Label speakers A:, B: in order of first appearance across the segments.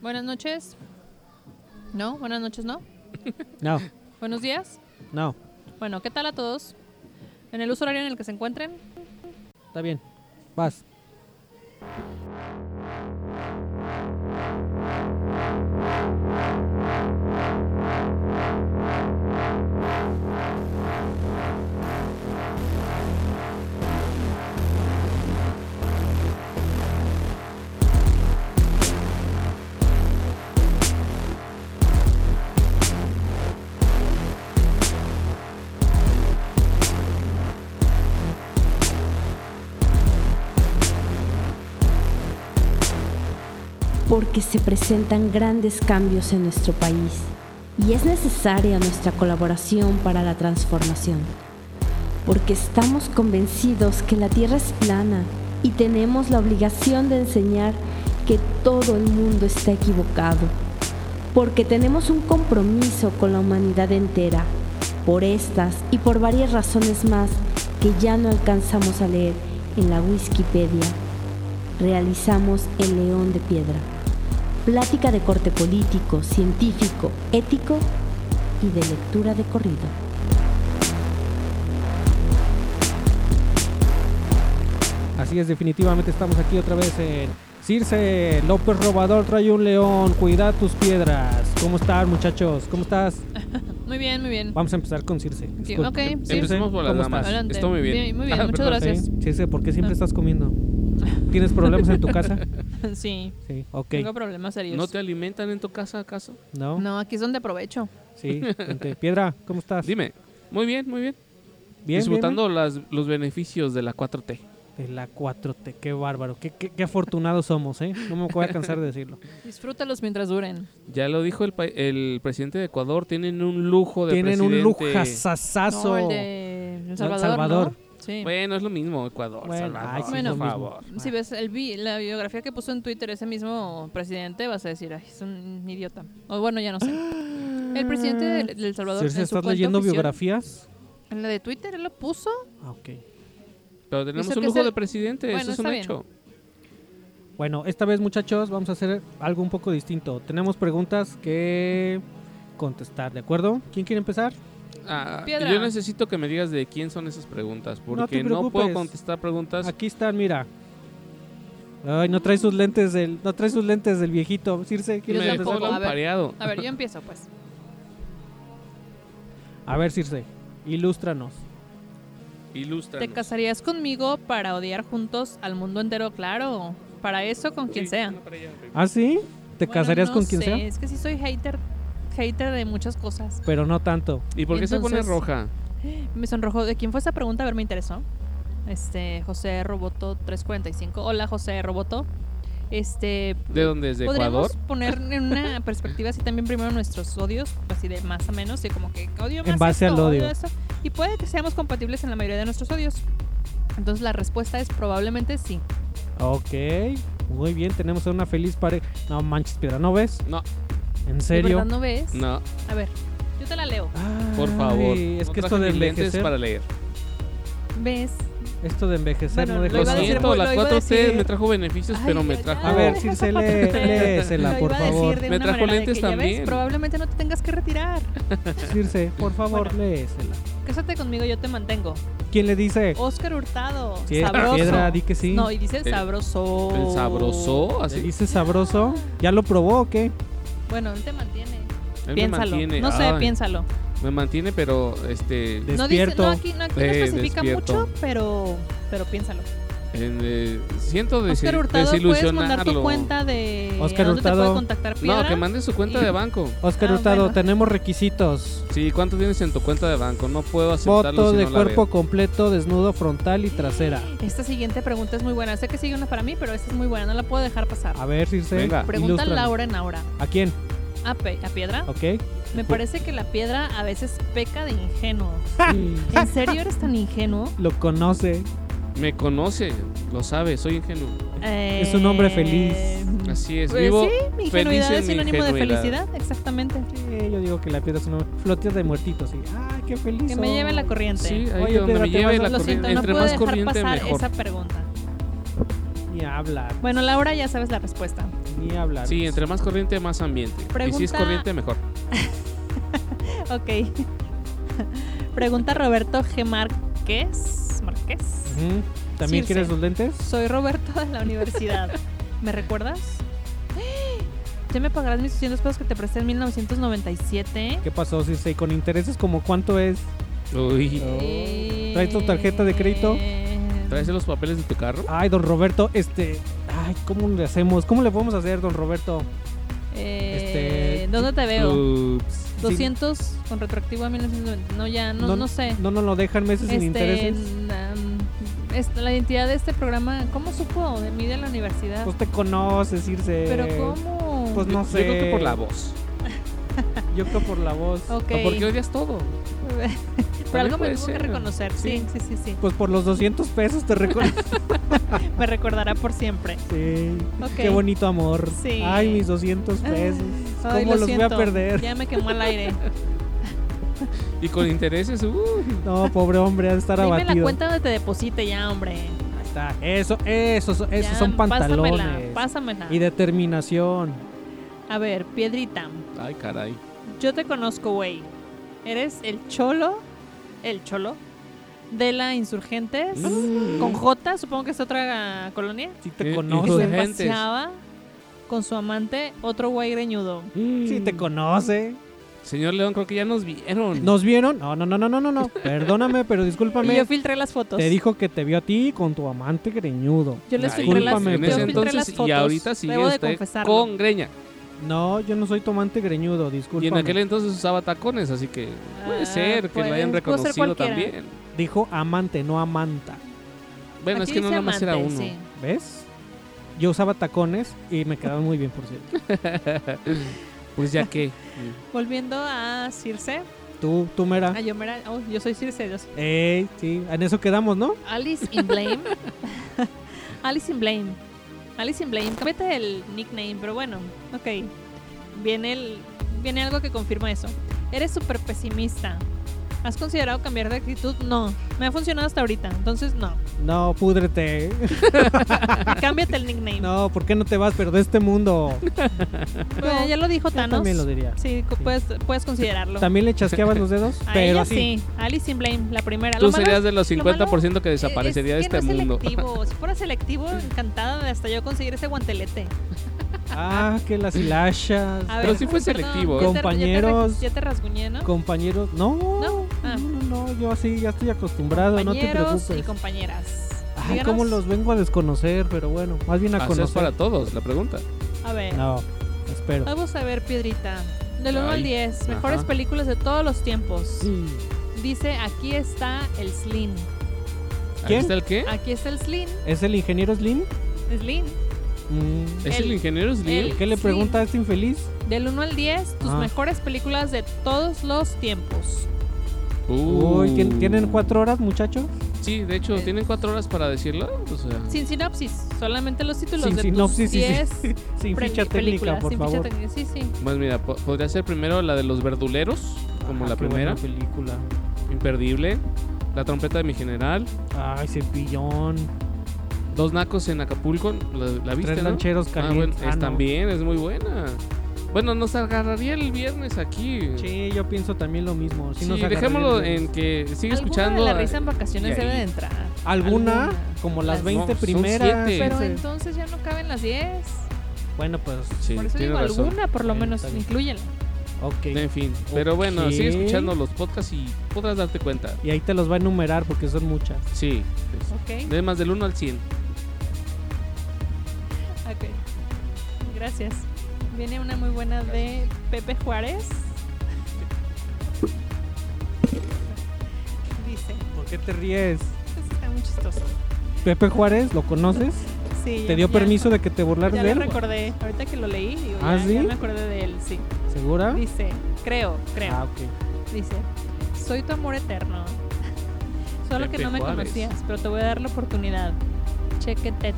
A: Buenas noches. No, buenas noches, no.
B: No,
A: Buenos días.
B: no,
A: Bueno, ¿qué tal a todos? En el uso horario en el que se encuentren.
B: está bien. Vas.
C: porque se presentan grandes cambios en nuestro país y es necesaria nuestra colaboración para la transformación, porque estamos convencidos que la Tierra es plana y tenemos la obligación de enseñar que todo el mundo está equivocado, porque tenemos un compromiso con la humanidad entera, por estas y por varias razones más que ya no alcanzamos a leer en la Wikipedia realizamos El León de Piedra. Plática de corte político, científico, ético y de lectura de corrido.
B: Así es, definitivamente estamos aquí otra vez en Circe López Robador trae un león, cuida tus piedras. ¿Cómo están, muchachos? ¿Cómo estás?
A: Muy bien, muy bien.
B: Vamos a empezar con Circe.
A: Sí,
B: Escu-
A: ok,
B: em-
A: sí.
B: Empecemos
D: Empecemos por las
B: ¿Cómo
D: damas.
B: estás?
A: Adelante.
D: Estuvo muy bien.
A: Muy bien,
D: Ah,
A: muchas
D: perdón.
A: gracias. Ah.
B: Sí, Circe, ¿por qué siempre estás comiendo? ¿Tienes problemas en tu casa?
A: Sí,
B: Sí, ok.
A: tengo problemas serios.
D: ¿No te alimentan en tu casa acaso?
B: ¿No?
A: No, aquí es donde aprovecho.
B: Sí, vente. Piedra, ¿cómo estás?
D: Dime. Muy bien, muy bien.
B: Bien,
D: Disfrutando Las, los beneficios de la 4T.
B: bien. De la 4T, qué bárbaro. Qué, qué- qué afortunados somos, ¿eh? No me voy a cansar de decirlo.
A: Disfrútalos mientras duren.
D: Ya lo dijo el, pa- el presidente de Ecuador, tienen un lujo de
B: Tienen un
D: presidente.
B: lujasasazo.
A: No, el de El Salvador.
B: Salvador.
A: ¿no? Sí.
D: Bueno, es lo mismo, Ecuador,
B: Bueno,
D: Salvador,
B: ay, sí,
A: es lo
D: por
B: mismo.
D: favor.
A: Si ves el bi- la biografía que puso en Twitter ese mismo presidente, vas a decir, ay, es un idiota. O bueno, ya no sé. El presidente de, de El Salvador. en
B: Circe,
A: su
B: ¿estás
A: cuenta
B: leyendo
A: oficial-
B: biografías?
A: En la de Twitter, él lo puso.
B: Ah, ok.
D: Pero tenemos
A: Dice
D: un
A: que
D: lujo
A: es el-
D: de presidente,
A: Bueno,
D: eso es
A: está
D: un
A: bien.
D: hecho.
B: Bueno, esta vez muchachos vamos a hacer algo un poco distinto. Tenemos preguntas que contestar, ¿de acuerdo? ¿Quién quiere empezar?
D: Ah,
A: Piedra.
D: yo necesito que me digas de quién son esas preguntas, porque
B: te
D: no, puedo
B: preocupes.
D: contestar preguntas.
B: Aquí están, mira. Ay, no trae sus lentes del, no trae sus lentes del viejito. Circe, ¿quieres
D: me
B: empezar?
A: tampoco.
D: pongo
A: A ver.
D: pareado.
A: A ver, yo empiezo pues.
B: A ver, Circe, ilústranos.
A: ¿Te
D: Ilústranos.
A: casarías conmigo para odiar juntos al mundo entero? Claro. Para eso, con quien
D: Sí,
A: sea.
D: no, para allá, para allá.
B: ¿Ah, sí? ¿Te
A: Bueno,
B: casarías
A: no
B: con quien
A: sé,
B: sea?
A: Es que sí soy hater. Hater de muchas cosas.
B: Pero no tanto.
D: ¿Y por qué se
A: Entonces-
D: pone roja?
A: Me sonrojó. ¿De quién fue esa pregunta? A ver, me interesó. Este, José Roboto 345. Hola, José Roboto. Este,
D: ¿De dónde? ¿De Ecuador?
A: podríamos poner en una perspectiva así también primero nuestros odios, así de más a menos, y como que odio más
B: En base
A: esto,
B: al odio.
A: eso, y puede que seamos compatibles en la mayoría de nuestros odios. Entonces la respuesta es probablemente sí.
B: Ok, muy bien, tenemos a una feliz pareja. No manches, piedra, ¿no ves?
D: No,
B: ¿En
A: ¿De
B: serio?
A: verdad no ves?
D: no,
A: A ver, yo te la leo.
D: por favor.
B: Ay, es
D: No
B: que
D: traje
B: esto de
D: mis lentes
B: envejecer,
D: para leer.
A: ¿Ves?
B: esto de envejecer
A: Bueno,
B: no deja
A: Lo
D: Lo
A: iba a
B: de ser
A: decir
D: siento,
A: muy-
D: la
A: lo iba a
D: 4T
A: decir.
D: me trajo beneficios,
A: Ay,
D: pero me
A: ya,
D: trajo...
B: A ver, Circe, lee- léesela,
A: Lo
B: por
A: iba a decir
B: favor.
A: de
D: Me
A: una
D: trajo
A: manera de
D: lentes
A: que, ya ves,
D: también.
A: probablemente no te tengas que retirar.
B: Circe, por favor, léesela.
A: Cásate conmigo, yo te mantengo.
B: ¿Quién le dice?
D: Oh,
A: Oscar Hurtado.
B: Sí,
A: sabroso.
B: Piedra, di que sí.
A: No, y dice
D: El-
A: sabroso.
D: Eh, El sabroso,
B: ¿Le
D: así.
B: dice sabroso? ¿Ya lo probó o qué?
A: Bueno, él te mantiene.
D: Él
A: piénsalo.
D: Me mantiene,
A: no sé,
D: ay,
A: piénsalo.
D: Me mantiene, pero este,
B: De-
A: No dice,
B: Despierto.
A: no, aquí no, aquí no
D: Eh,
A: especifica
D: despierto.
A: mucho, pero, pero piénsalo.
D: en, eh, siento desi-
A: Oscar Hurtado, puedes mandar tu
D: desilusionarlo.
A: cuenta de.
B: Oscar
A: ¿a dónde
B: Hurtado.
A: te puede contactar Piedra?
D: No, que mande su cuenta
A: Y-
D: de banco.
B: Oscar
A: Ah,
B: Hurtado,
A: bueno.
B: tenemos requisitos.
D: Sí, ¿cuánto tienes en tu cuenta de banco? No puedo aceptarlo
B: Foto
D: si
B: de
D: no la
B: cuerpo
D: veo.
B: completo, desnudo, frontal y trasera.
A: Esta siguiente pregunta es muy buena. Sé que sigue una para mí, pero esta es muy buena. No la puedo dejar pasar.
B: A ver, Circe.
D: Venga.
A: Pregunta a
B: ilústranos.
A: Laura en Aura.
B: ¿A quién?
A: ¿A, Pe- a Piedra?
B: ¿Ok?
A: Me parece que la piedra a veces peca de ingenuo. ¿En serio eres tan ingenuo?
B: Lo conoce.
D: Me conoce, lo sabe, soy ingenuo.
B: Es un hombre feliz.
D: Así es,
A: Pues
D: vivo.
A: sí, mi Eh, ingenuidad
D: feliz
A: es
D: en mi
A: sinónimo de
D: ingenuidad.
A: felicidad, exactamente.
B: Sí, yo digo que la piedra es una flotilla de muertitos. Sí. ¡Ah, qué feliz!
A: Que me lleve la corriente.
D: Sí, ahí
B: Oye,
D: donde
B: Pedro,
D: me
B: te
D: lleve
B: vas a-
D: la
A: Lo
D: corriente.
A: siento, no
D: Entre
A: puedo
D: más
A: dejar
D: corriente,
A: pasar
D: mejor.
A: esa pregunta.
B: corriente. Ni hablar.
A: Bueno, Laura ya sabes la respuesta.
B: Ni hablar.
D: Sí, entre más corriente, más ambiente. Y si es
A: Pregunta-
D: corriente, mejor.
A: Ok. Pregunta Roberto G. Márquez. Márquez.
B: Ujú. ¿También
A: Circe.
B: quieres los lentes?
A: Soy Roberto de la universidad.
E: ¿Me recuerdas? ¿Ya me pagarás mis 200 pesos que te presté en 1997?
B: ¿Qué pasó, Circe? ¿Y con intereses como cuánto es?
D: Uy.
E: Eh,
B: ¿Traes tu tarjeta de crédito?
D: ¿Traes los papeles de tu carro?
A: Ah,
B: Ay, don Roberto, este... Ay, ¿cómo le hacemos? ¿Cómo le podemos hacer, don Roberto?
E: Eh,
B: Este,
E: ¿Dónde te veo?
D: Ups.
E: 200 con retroactivo a 1990. No, ya, Pues, no, no, sé.
B: No nos lo dejan meses sin
E: Este,
B: intereses.
E: nam, esta- la identidad de este programa, ¿cómo supo de mí de la universidad?
B: Pues te conoces, Circe.
E: Pero ¿cómo?
B: Pues no
D: Yo-
B: sé.
D: Yo creo que por la voz.
B: Yo creo por la voz.
E: ok.
D: ¿O porque odias todo?
E: Pero algo me
D: puede
E: tuvo que
D: ser.
E: reconocer. Sí, sí, sí, sí.
B: Pues por los 200 pesos te recuerdo.
A: Me recordará por siempre.
B: sí.
E: Ok.
B: Qué bonito amor.
A: Sí.
B: Ay, mis 200 pesos.
E: Ay,
B: ¿Cómo
E: lo
B: los voy
E: siento,
B: a perder?
E: Ya me quemó al aire.
D: Y con intereses, uy.
B: No, pobre hombre, ha de estar
A: Dime
B: abatido.
A: la cuenta donde te deposite ya, hombre.
B: Ahí está. Eso, eso, eso
A: Ya,
B: son pantalones.
A: Pásamela, pásamela.
B: Y determinación.
A: A ver, Piedrita,
D: Ay, caray.
A: yo te conozco, güey. Eres el cholo, el cholo, de la Insurgentes,
D: Mm.
B: Mm.
A: con J, supongo que es otra colonia.
B: Si
D: Eh,
B: te
D: y
A: Se
B: conoce.
D: Insurgentes.
A: paseaba con su amante, otro güey greñudo.
B: Si te conoce.
D: Señor León, creo que ya nos vieron.
B: ¿Nos vieron? No, no, no, no, no, no, no. Perdóname, pero
A: Y yo
B: discúlpame.
A: filtré las fotos.
B: Te dijo que te vio a ti con tu amante greñudo.
A: Yo les
D: Ay,
A: filtré las,
B: discúlpame,
D: En
A: yo
D: ese
B: pero-
A: filtré las
D: entonces
A: fotos.
D: y ahorita sigue
A: Debo de
D: usted
A: confesarlo.
D: con greña.
B: No, yo no soy tu amante greñudo,
D: Y
B: discúlpame.
D: en aquel entonces usaba tacones, así que puede
A: Ah,
D: ser que lo hayan
A: puede- puede ser
D: reconocido
A: cualquiera.
D: también.
B: Dijo amante, no amanta.
D: Bueno,
A: Aquí
D: es que no
A: dice
D: nada más era
A: amante,
D: uno.
A: sí.
B: ¿Ves? Yo usaba tacones y me quedaban muy bien, por cierto.
D: Pues ya que.
A: Volviendo a Circe.
B: Tú, tú, Mera.
A: Ah, yo, me era- oh, yo soy Circe. yo soy-
B: Ey, sí, en eso quedamos, ¿no?
A: Alice in Blame. Alice in Blame. Alice in Blame. Cámbiate el nickname, pero bueno, ok. Viene, el, viene algo que confirma eso. Eres súper pesimista. ¿Has considerado cambiar de actitud? No. Me ha funcionado hasta ahorita, entonces no.
B: No, púdrete.
A: Cámbiate el nickname.
B: No, ¿por qué no te vas? Pero de este mundo.
A: Bueno, ya lo dijo
B: Yo
A: Thanos.
B: también lo diría.
A: Sí, co-
B: Sí.
A: puedes, puedes considerarlo.
B: ¿También le chasqueabas los dedos?
A: A
B: Pero
A: ella
B: así.
A: sí. Alice in Blame, la primera.
D: Tú
A: Lo malo
D: serías
A: es-
D: de los
A: lo malo
D: 50% que
A: es- es
D: desaparecería
A: que
D: de este
A: no es
D: mundo.
A: selectivo. Si fuera selectivo, encantada de hasta yo conseguir ese guantelete.
B: Ah, que las hilachas.
A: A
D: Pero
A: ver,
D: sí fue
A: perdón,
D: selectivo,
A: ya te- ya
D: ¿eh?
A: te re-
B: Compañeros.
A: Ya te, rasguñé, ¿no?
B: Compañeros. No.
A: No, ah.
B: no, no, no, yo así ya estoy acostumbrado, no te
A: Compañeros y
B: preocupes.
A: compañeras.
B: Ay,
A: Díganos,
B: cómo los vengo a desconocer, pero bueno, más bien a
D: Así es
B: conocer.
D: para todos, la pregunta.
A: A ver,
B: No, espero.
A: vamos a ver, Piedrita. Del 1
D: Ay,
A: al 10, mejores
D: ajá.
A: películas de todos los tiempos.
B: Sí.
A: Dice, aquí está el Slim.
D: ¿Aquí
B: ¿Quién?
D: está el qué?
A: Aquí está el Slim.
B: ¿Es el ingeniero Slim?
A: Slim.
B: Mm.
D: ¿Es el,
A: el-
D: ingeniero Slim?
A: el-
B: ¿Qué le
A: Slim.
B: pregunta a este infeliz?
A: Del 1 al 10, tus
B: Ah.
A: mejores películas de todos los tiempos.
B: Uy, ¿tien- ¿tienen cuatro horas, muchachos?
D: Uh. Sí, de
A: Eh.
D: hecho, ¿tienen cuatro horas para decirlo? O sea,
A: Sin sinopsis, solamente los títulos
B: Sin
A: de
B: sinopsis,
A: tus
B: sí, sí.
A: 10
B: Sin
A: pre-
B: ficha técnica,
A: películas.
B: por
A: sin ficha
B: favor.
A: técnica, sí, sí.
D: pues mira, po- podría ser primero la de los verduleros, como
B: Ah,
D: la
B: qué
D: primera,
B: buena película.
D: imperdible. La trompeta de mi general,
B: Ay, cepillón.
D: Dos nacos en Acapulco, ¿la, la viste,
B: Tres
D: no?
B: lancheros
D: Ah, bueno,
B: calientes.
D: es
B: Ah, no.
D: también, es muy buena. Bueno, nos agarraría el viernes aquí.
B: Sí, yo pienso también lo mismo. Sí,
D: Sí,
B: nos agarraría
D: dejémoslo
B: el-
D: en que
A: Alguna
D: sigue
A: de
D: escuchando.
A: la
D: eh,
A: risa en vacaciones
D: y ahí-
A: debe de entrar.
B: ¿Alguna?
A: alguna.
B: Como las
A: Las-
B: 20
D: No, son
B: primeras.
D: siete.
A: Pero
B: Sí.
A: entonces ya no caben las 10.
B: Bueno, pues,
D: Sí,
A: Por eso
D: tiene
A: digo
D: razón.
A: alguna, por lo
B: Bueno,
A: menos,
B: está bien.
A: incluyenla.
B: ok.
D: En fin, pero bueno, sigue
B: Ok.
D: escuchando los podcasts y podrás darte cuenta.
B: Y ahí te los va a enumerar porque son muchas.
D: Sí, pues,
A: Ok,
D: de más del 1 al 100.
A: ok. Gracias. Viene una muy buena de Pepe Juárez. Dice,
B: ¿Por qué te ríes?
A: "Esto está muy chistoso.
B: Pepe Juárez, ¿lo conoces?
A: Sí,
B: ¿Te dio permiso de que te burlaras
A: Ya
B: de
A: lo
B: él?
A: recordé. Ahorita que lo leí, digo,
B: ¿Ah,
A: ya,
B: sí?
A: ya
B: ¿Ah?
A: me acordé de él, sí.
B: ¿Segura?
A: Dice, creo, creo.
B: Ah, ok.
A: Dice, soy tu amor eterno. Solo que
D: Pepe
A: no me
D: Juárez.
A: conocías, pero te voy a dar la oportunidad. Cheque teta.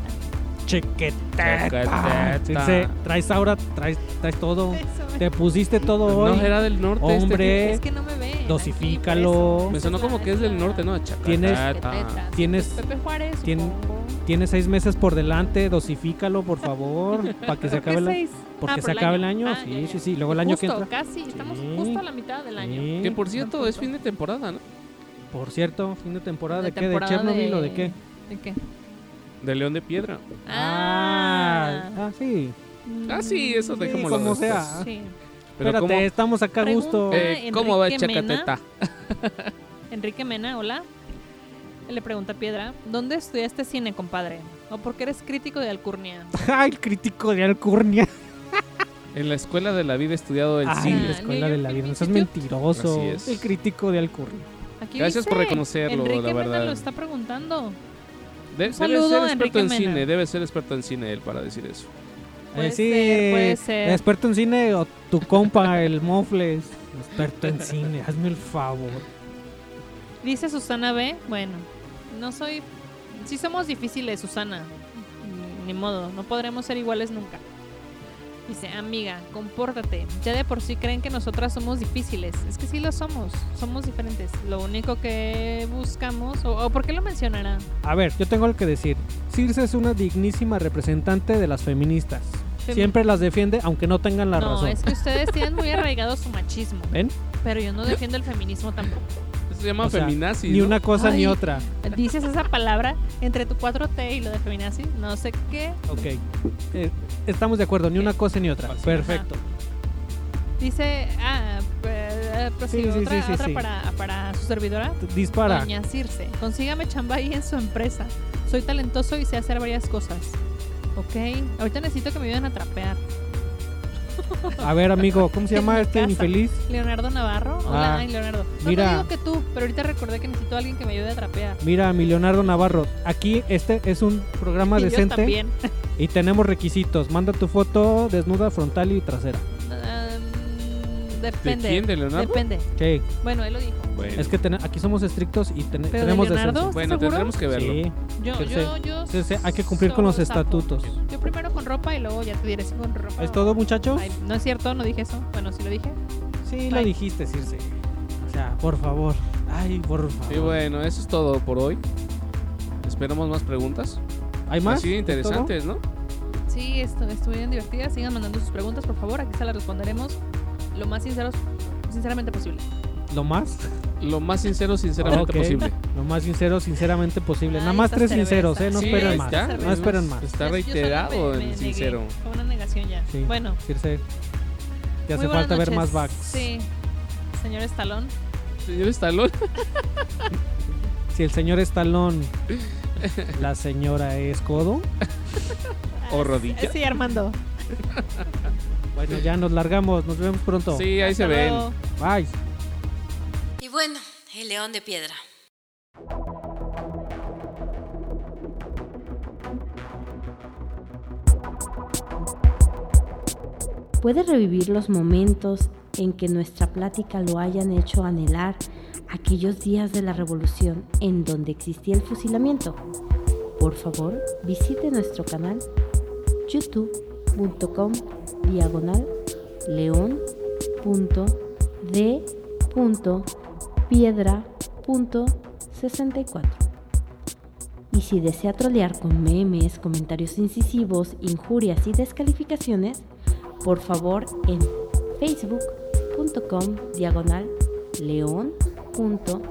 B: Chequeteta.
D: Chequeteta.
B: Dice, traes aura, traes, traes todo. Oh, Te pusiste todo
D: No
B: hoy.
D: era del norte. este
B: Hombre.
A: Es que no me ve.
B: Dosifícalo.
D: tipo. Me sonó como que es del norte, ¿no? Chacatata.
B: Tienes-
A: Tienes.
B: Tienes-
A: Pepe Juárez,
B: tien-
A: supongo.
B: Tiene seis meses por delante, dosifícalo, por favor, para que se acabe el año.
A: seis?
B: Porque
A: Ah,
B: se
A: por el
B: acabe el año,
A: año. Ah,
B: sí,
A: ya, ya.
B: sí, sí. Luego el año
A: justo,
B: que entra.
A: casi. Estamos
B: Sí.
A: justo a la mitad del año.
B: Sí.
D: Que por cierto, es fin de temporada, ¿no?
B: Por cierto, fin de temporada de,
A: La
B: qué,
A: temporada
B: de Chernobyl o de qué.
A: ¿De qué?
D: De León de Piedra.
B: Ah, ah, sí.
D: Ah, sí, eso de
B: Sí,
D: cómo
B: como
D: lo
B: sea.
D: después.
B: Ah.
A: Sí.
D: Pero
B: Espérate,
D: cómo,
B: estamos acá a gusto.
A: Pregunta.
D: eh, ¿cómo va
A: Ah, Enrique Mena.
D: Chacateta?
A: Enrique Mena, hola. Le pregunta a Piedra, ¿dónde estudiaste cine, compadre? ¿O por qué eres crítico de Alcurnia?
B: ¡Ja! El crítico de Alcurnia.
D: En la escuela de la vida he estudiado el
B: Ay,
D: cine.
B: la
A: ni
B: escuela
A: yo
B: de
A: que
B: la vida. No
A: ni
B: seas
A: sitio.
B: mentiroso.
D: Así es.
B: El crítico de Alcurnia. Eh,
A: Aquí
D: Gracias por
A: dice,
D: reconocerlo,
A: Enrique
D: la verdad.
A: Mena lo está preguntando.
D: De- debe
A: saludo
D: ser
A: a
D: experto
A: Enrique
D: en
A: Mena.
D: cine, debe ser experto en cine él para decir eso.
A: Puede ser, puede ser.
B: eh, Experto en cine o tu compa, el Mofles. Experto en cine, hazme el favor.
A: Dice Susana B. Bueno, no soy. Sí, somos difíciles, Susana. Ni- Ni modo, no podremos ser iguales nunca. Dice, amiga, compórtate. Ya de por sí creen que nosotras somos difíciles. Es que sí lo somos. Somos diferentes. Lo único que buscamos. ¿O, o por qué lo mencionará?
B: A ver, yo tengo algo que decir. Circe es una dignísima representante de las feministas.
A: Femi-
B: Siempre las defiende, aunque no tengan la
A: no,
B: razón. ¿Eh?
A: es que ustedes tienen muy arraigado su machismo.
B: ¿Ven?
A: Pero yo no defiendo el feminismo tampoco.
D: Eso se llama
B: O sea,
D: feminazi,
B: Ni
D: ¿no?
B: una cosa ni
A: Ay.
B: otra.
A: Dices esa palabra entre tu 4T y lo de feminazi. No sé qué.
B: Ok. Eh, estamos de acuerdo, ni una cosa ni otra.
D: Así es.
B: Perfecto.
A: Dice, ah, eh, pues sí,
B: Sí, sí,
A: otra,
B: sí, sí,
A: otra
B: sí.
A: Para, para su servidora.
B: Dispara.
A: Doña Circe, consígame chamba ahí en su empresa. Soy talentoso y sé hacer varias cosas. Ok, ahorita necesito que me ayuden a trapear.
B: A ver, amigo, ¿cómo se llama
A: En mi
B: este
A: casa.
B: infeliz?
A: Leonardo Navarro. Hola,
B: Ah,
A: ay, Leonardo. No
B: mira.
A: te digo que tú, pero ahorita recordé que necesito a alguien que me ayude a trapear.
B: Mira, mi Leonardo Navarro. Aquí este es un programa
A: y yo
B: decente
A: también.
B: y tenemos requisitos. Manda tu foto desnuda, frontal y trasera.
A: Um,
D: ¿De
A: depende.
D: quién? ¿De Leonardo?
A: Depende.
B: Sí,
A: Bueno, él lo dijo.
D: Bueno,
B: es que ten- aquí somos estrictos y ten-
A: Pero de
B: tenemos
A: Leonardo,
B: decencia.
D: bueno
A: ¿seguro?
D: tendremos que verlo.
B: Sí,
A: Yo,
B: Circe,
A: yo, yo
B: sí, sí, hay que cumplir con los
A: soy sapo.
B: estatutos.
A: Yo primero con ropa y luego ya te diré si con ropa.
B: ¿Es
A: o-
B: todo, muchachos?
A: Ay, no es cierto, no dije eso. Bueno, sí lo dije.
B: Sí, lo
A: Bye.
B: dijiste, Circe. O sea, por favor. Ay, por favor.
D: Y bueno, eso es todo por hoy. Esperamos más preguntas.
B: ¿Hay más?
D: Así de
B: ¿Es todo?
D: interesantes, ¿no?
A: Sí, esto, estuvieron divertidas. Sigan mandando sus preguntas, por favor. Aquí se las responderemos lo más sinceros, sinceramente posible.
B: ¿Lo más?
D: Lo más sincero, sinceramente
B: Ok.
D: posible.
B: Lo más sincero, sinceramente posible. Nada
A: Ay,
B: más
A: estas
B: tres sinceros, ¿eh?
A: cervezas.
B: No
A: Sí,
B: esperan
A: ahí
B: más.
A: está.
B: No esperan más.
D: Está
A: Yo- yo sola
D: reiterado
A: me- me
D: en
A: negué.
D: sincero.
A: Fue una negación ya.
B: Sí.
A: Bueno,
B: Circe, te
A: muy
B: hace
A: buenas
B: falta ver
A: noches.
B: más backs.
A: Sí, señor Estalón.
D: Señor Estalón,
B: Si el señor es talón, la señora es codo.
D: ¿O rodilla?
A: Sí, Armando.
B: Bueno, ya nos largamos. Nos vemos pronto.
D: sí, ahí se
A: Hasta
D: ven.
A: luego.
B: Bye.
C: Y bueno, el león de piedra. Puedes revivir los momentos en que nuestra plática lo hayan hecho anhelar aquellos días de la revolución en donde existía el fusilamiento. Por favor, visite nuestro canal youtube.com diagonal león punto d punto piedra punto 64. Y si desea trolear con memes, comentarios incisivos, injurias y descalificaciones, por favor en facebook.com diagonal león punto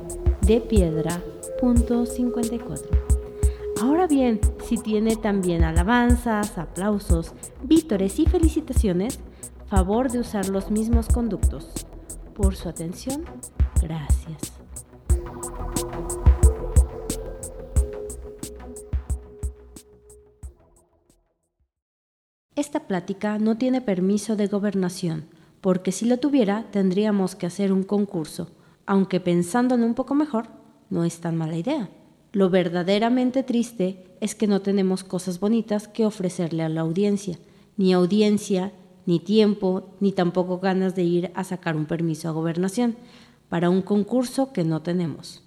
C: de piedra punto 54. Ahora bien, si tiene también alabanzas, aplausos, vítores y felicitaciones, favor de usar los mismos conductos. Por su atención, gracias. Esta plática no tiene permiso de gobernación, porque si lo tuviera tendríamos que hacer un concurso, aunque pensándolo un poco mejor, no es tan mala idea. Lo verdaderamente triste es que no tenemos cosas bonitas que ofrecerle a la audiencia, ni audiencia, ni tiempo, ni tampoco ganas de ir a sacar un permiso a gobernación, para un concurso que no tenemos.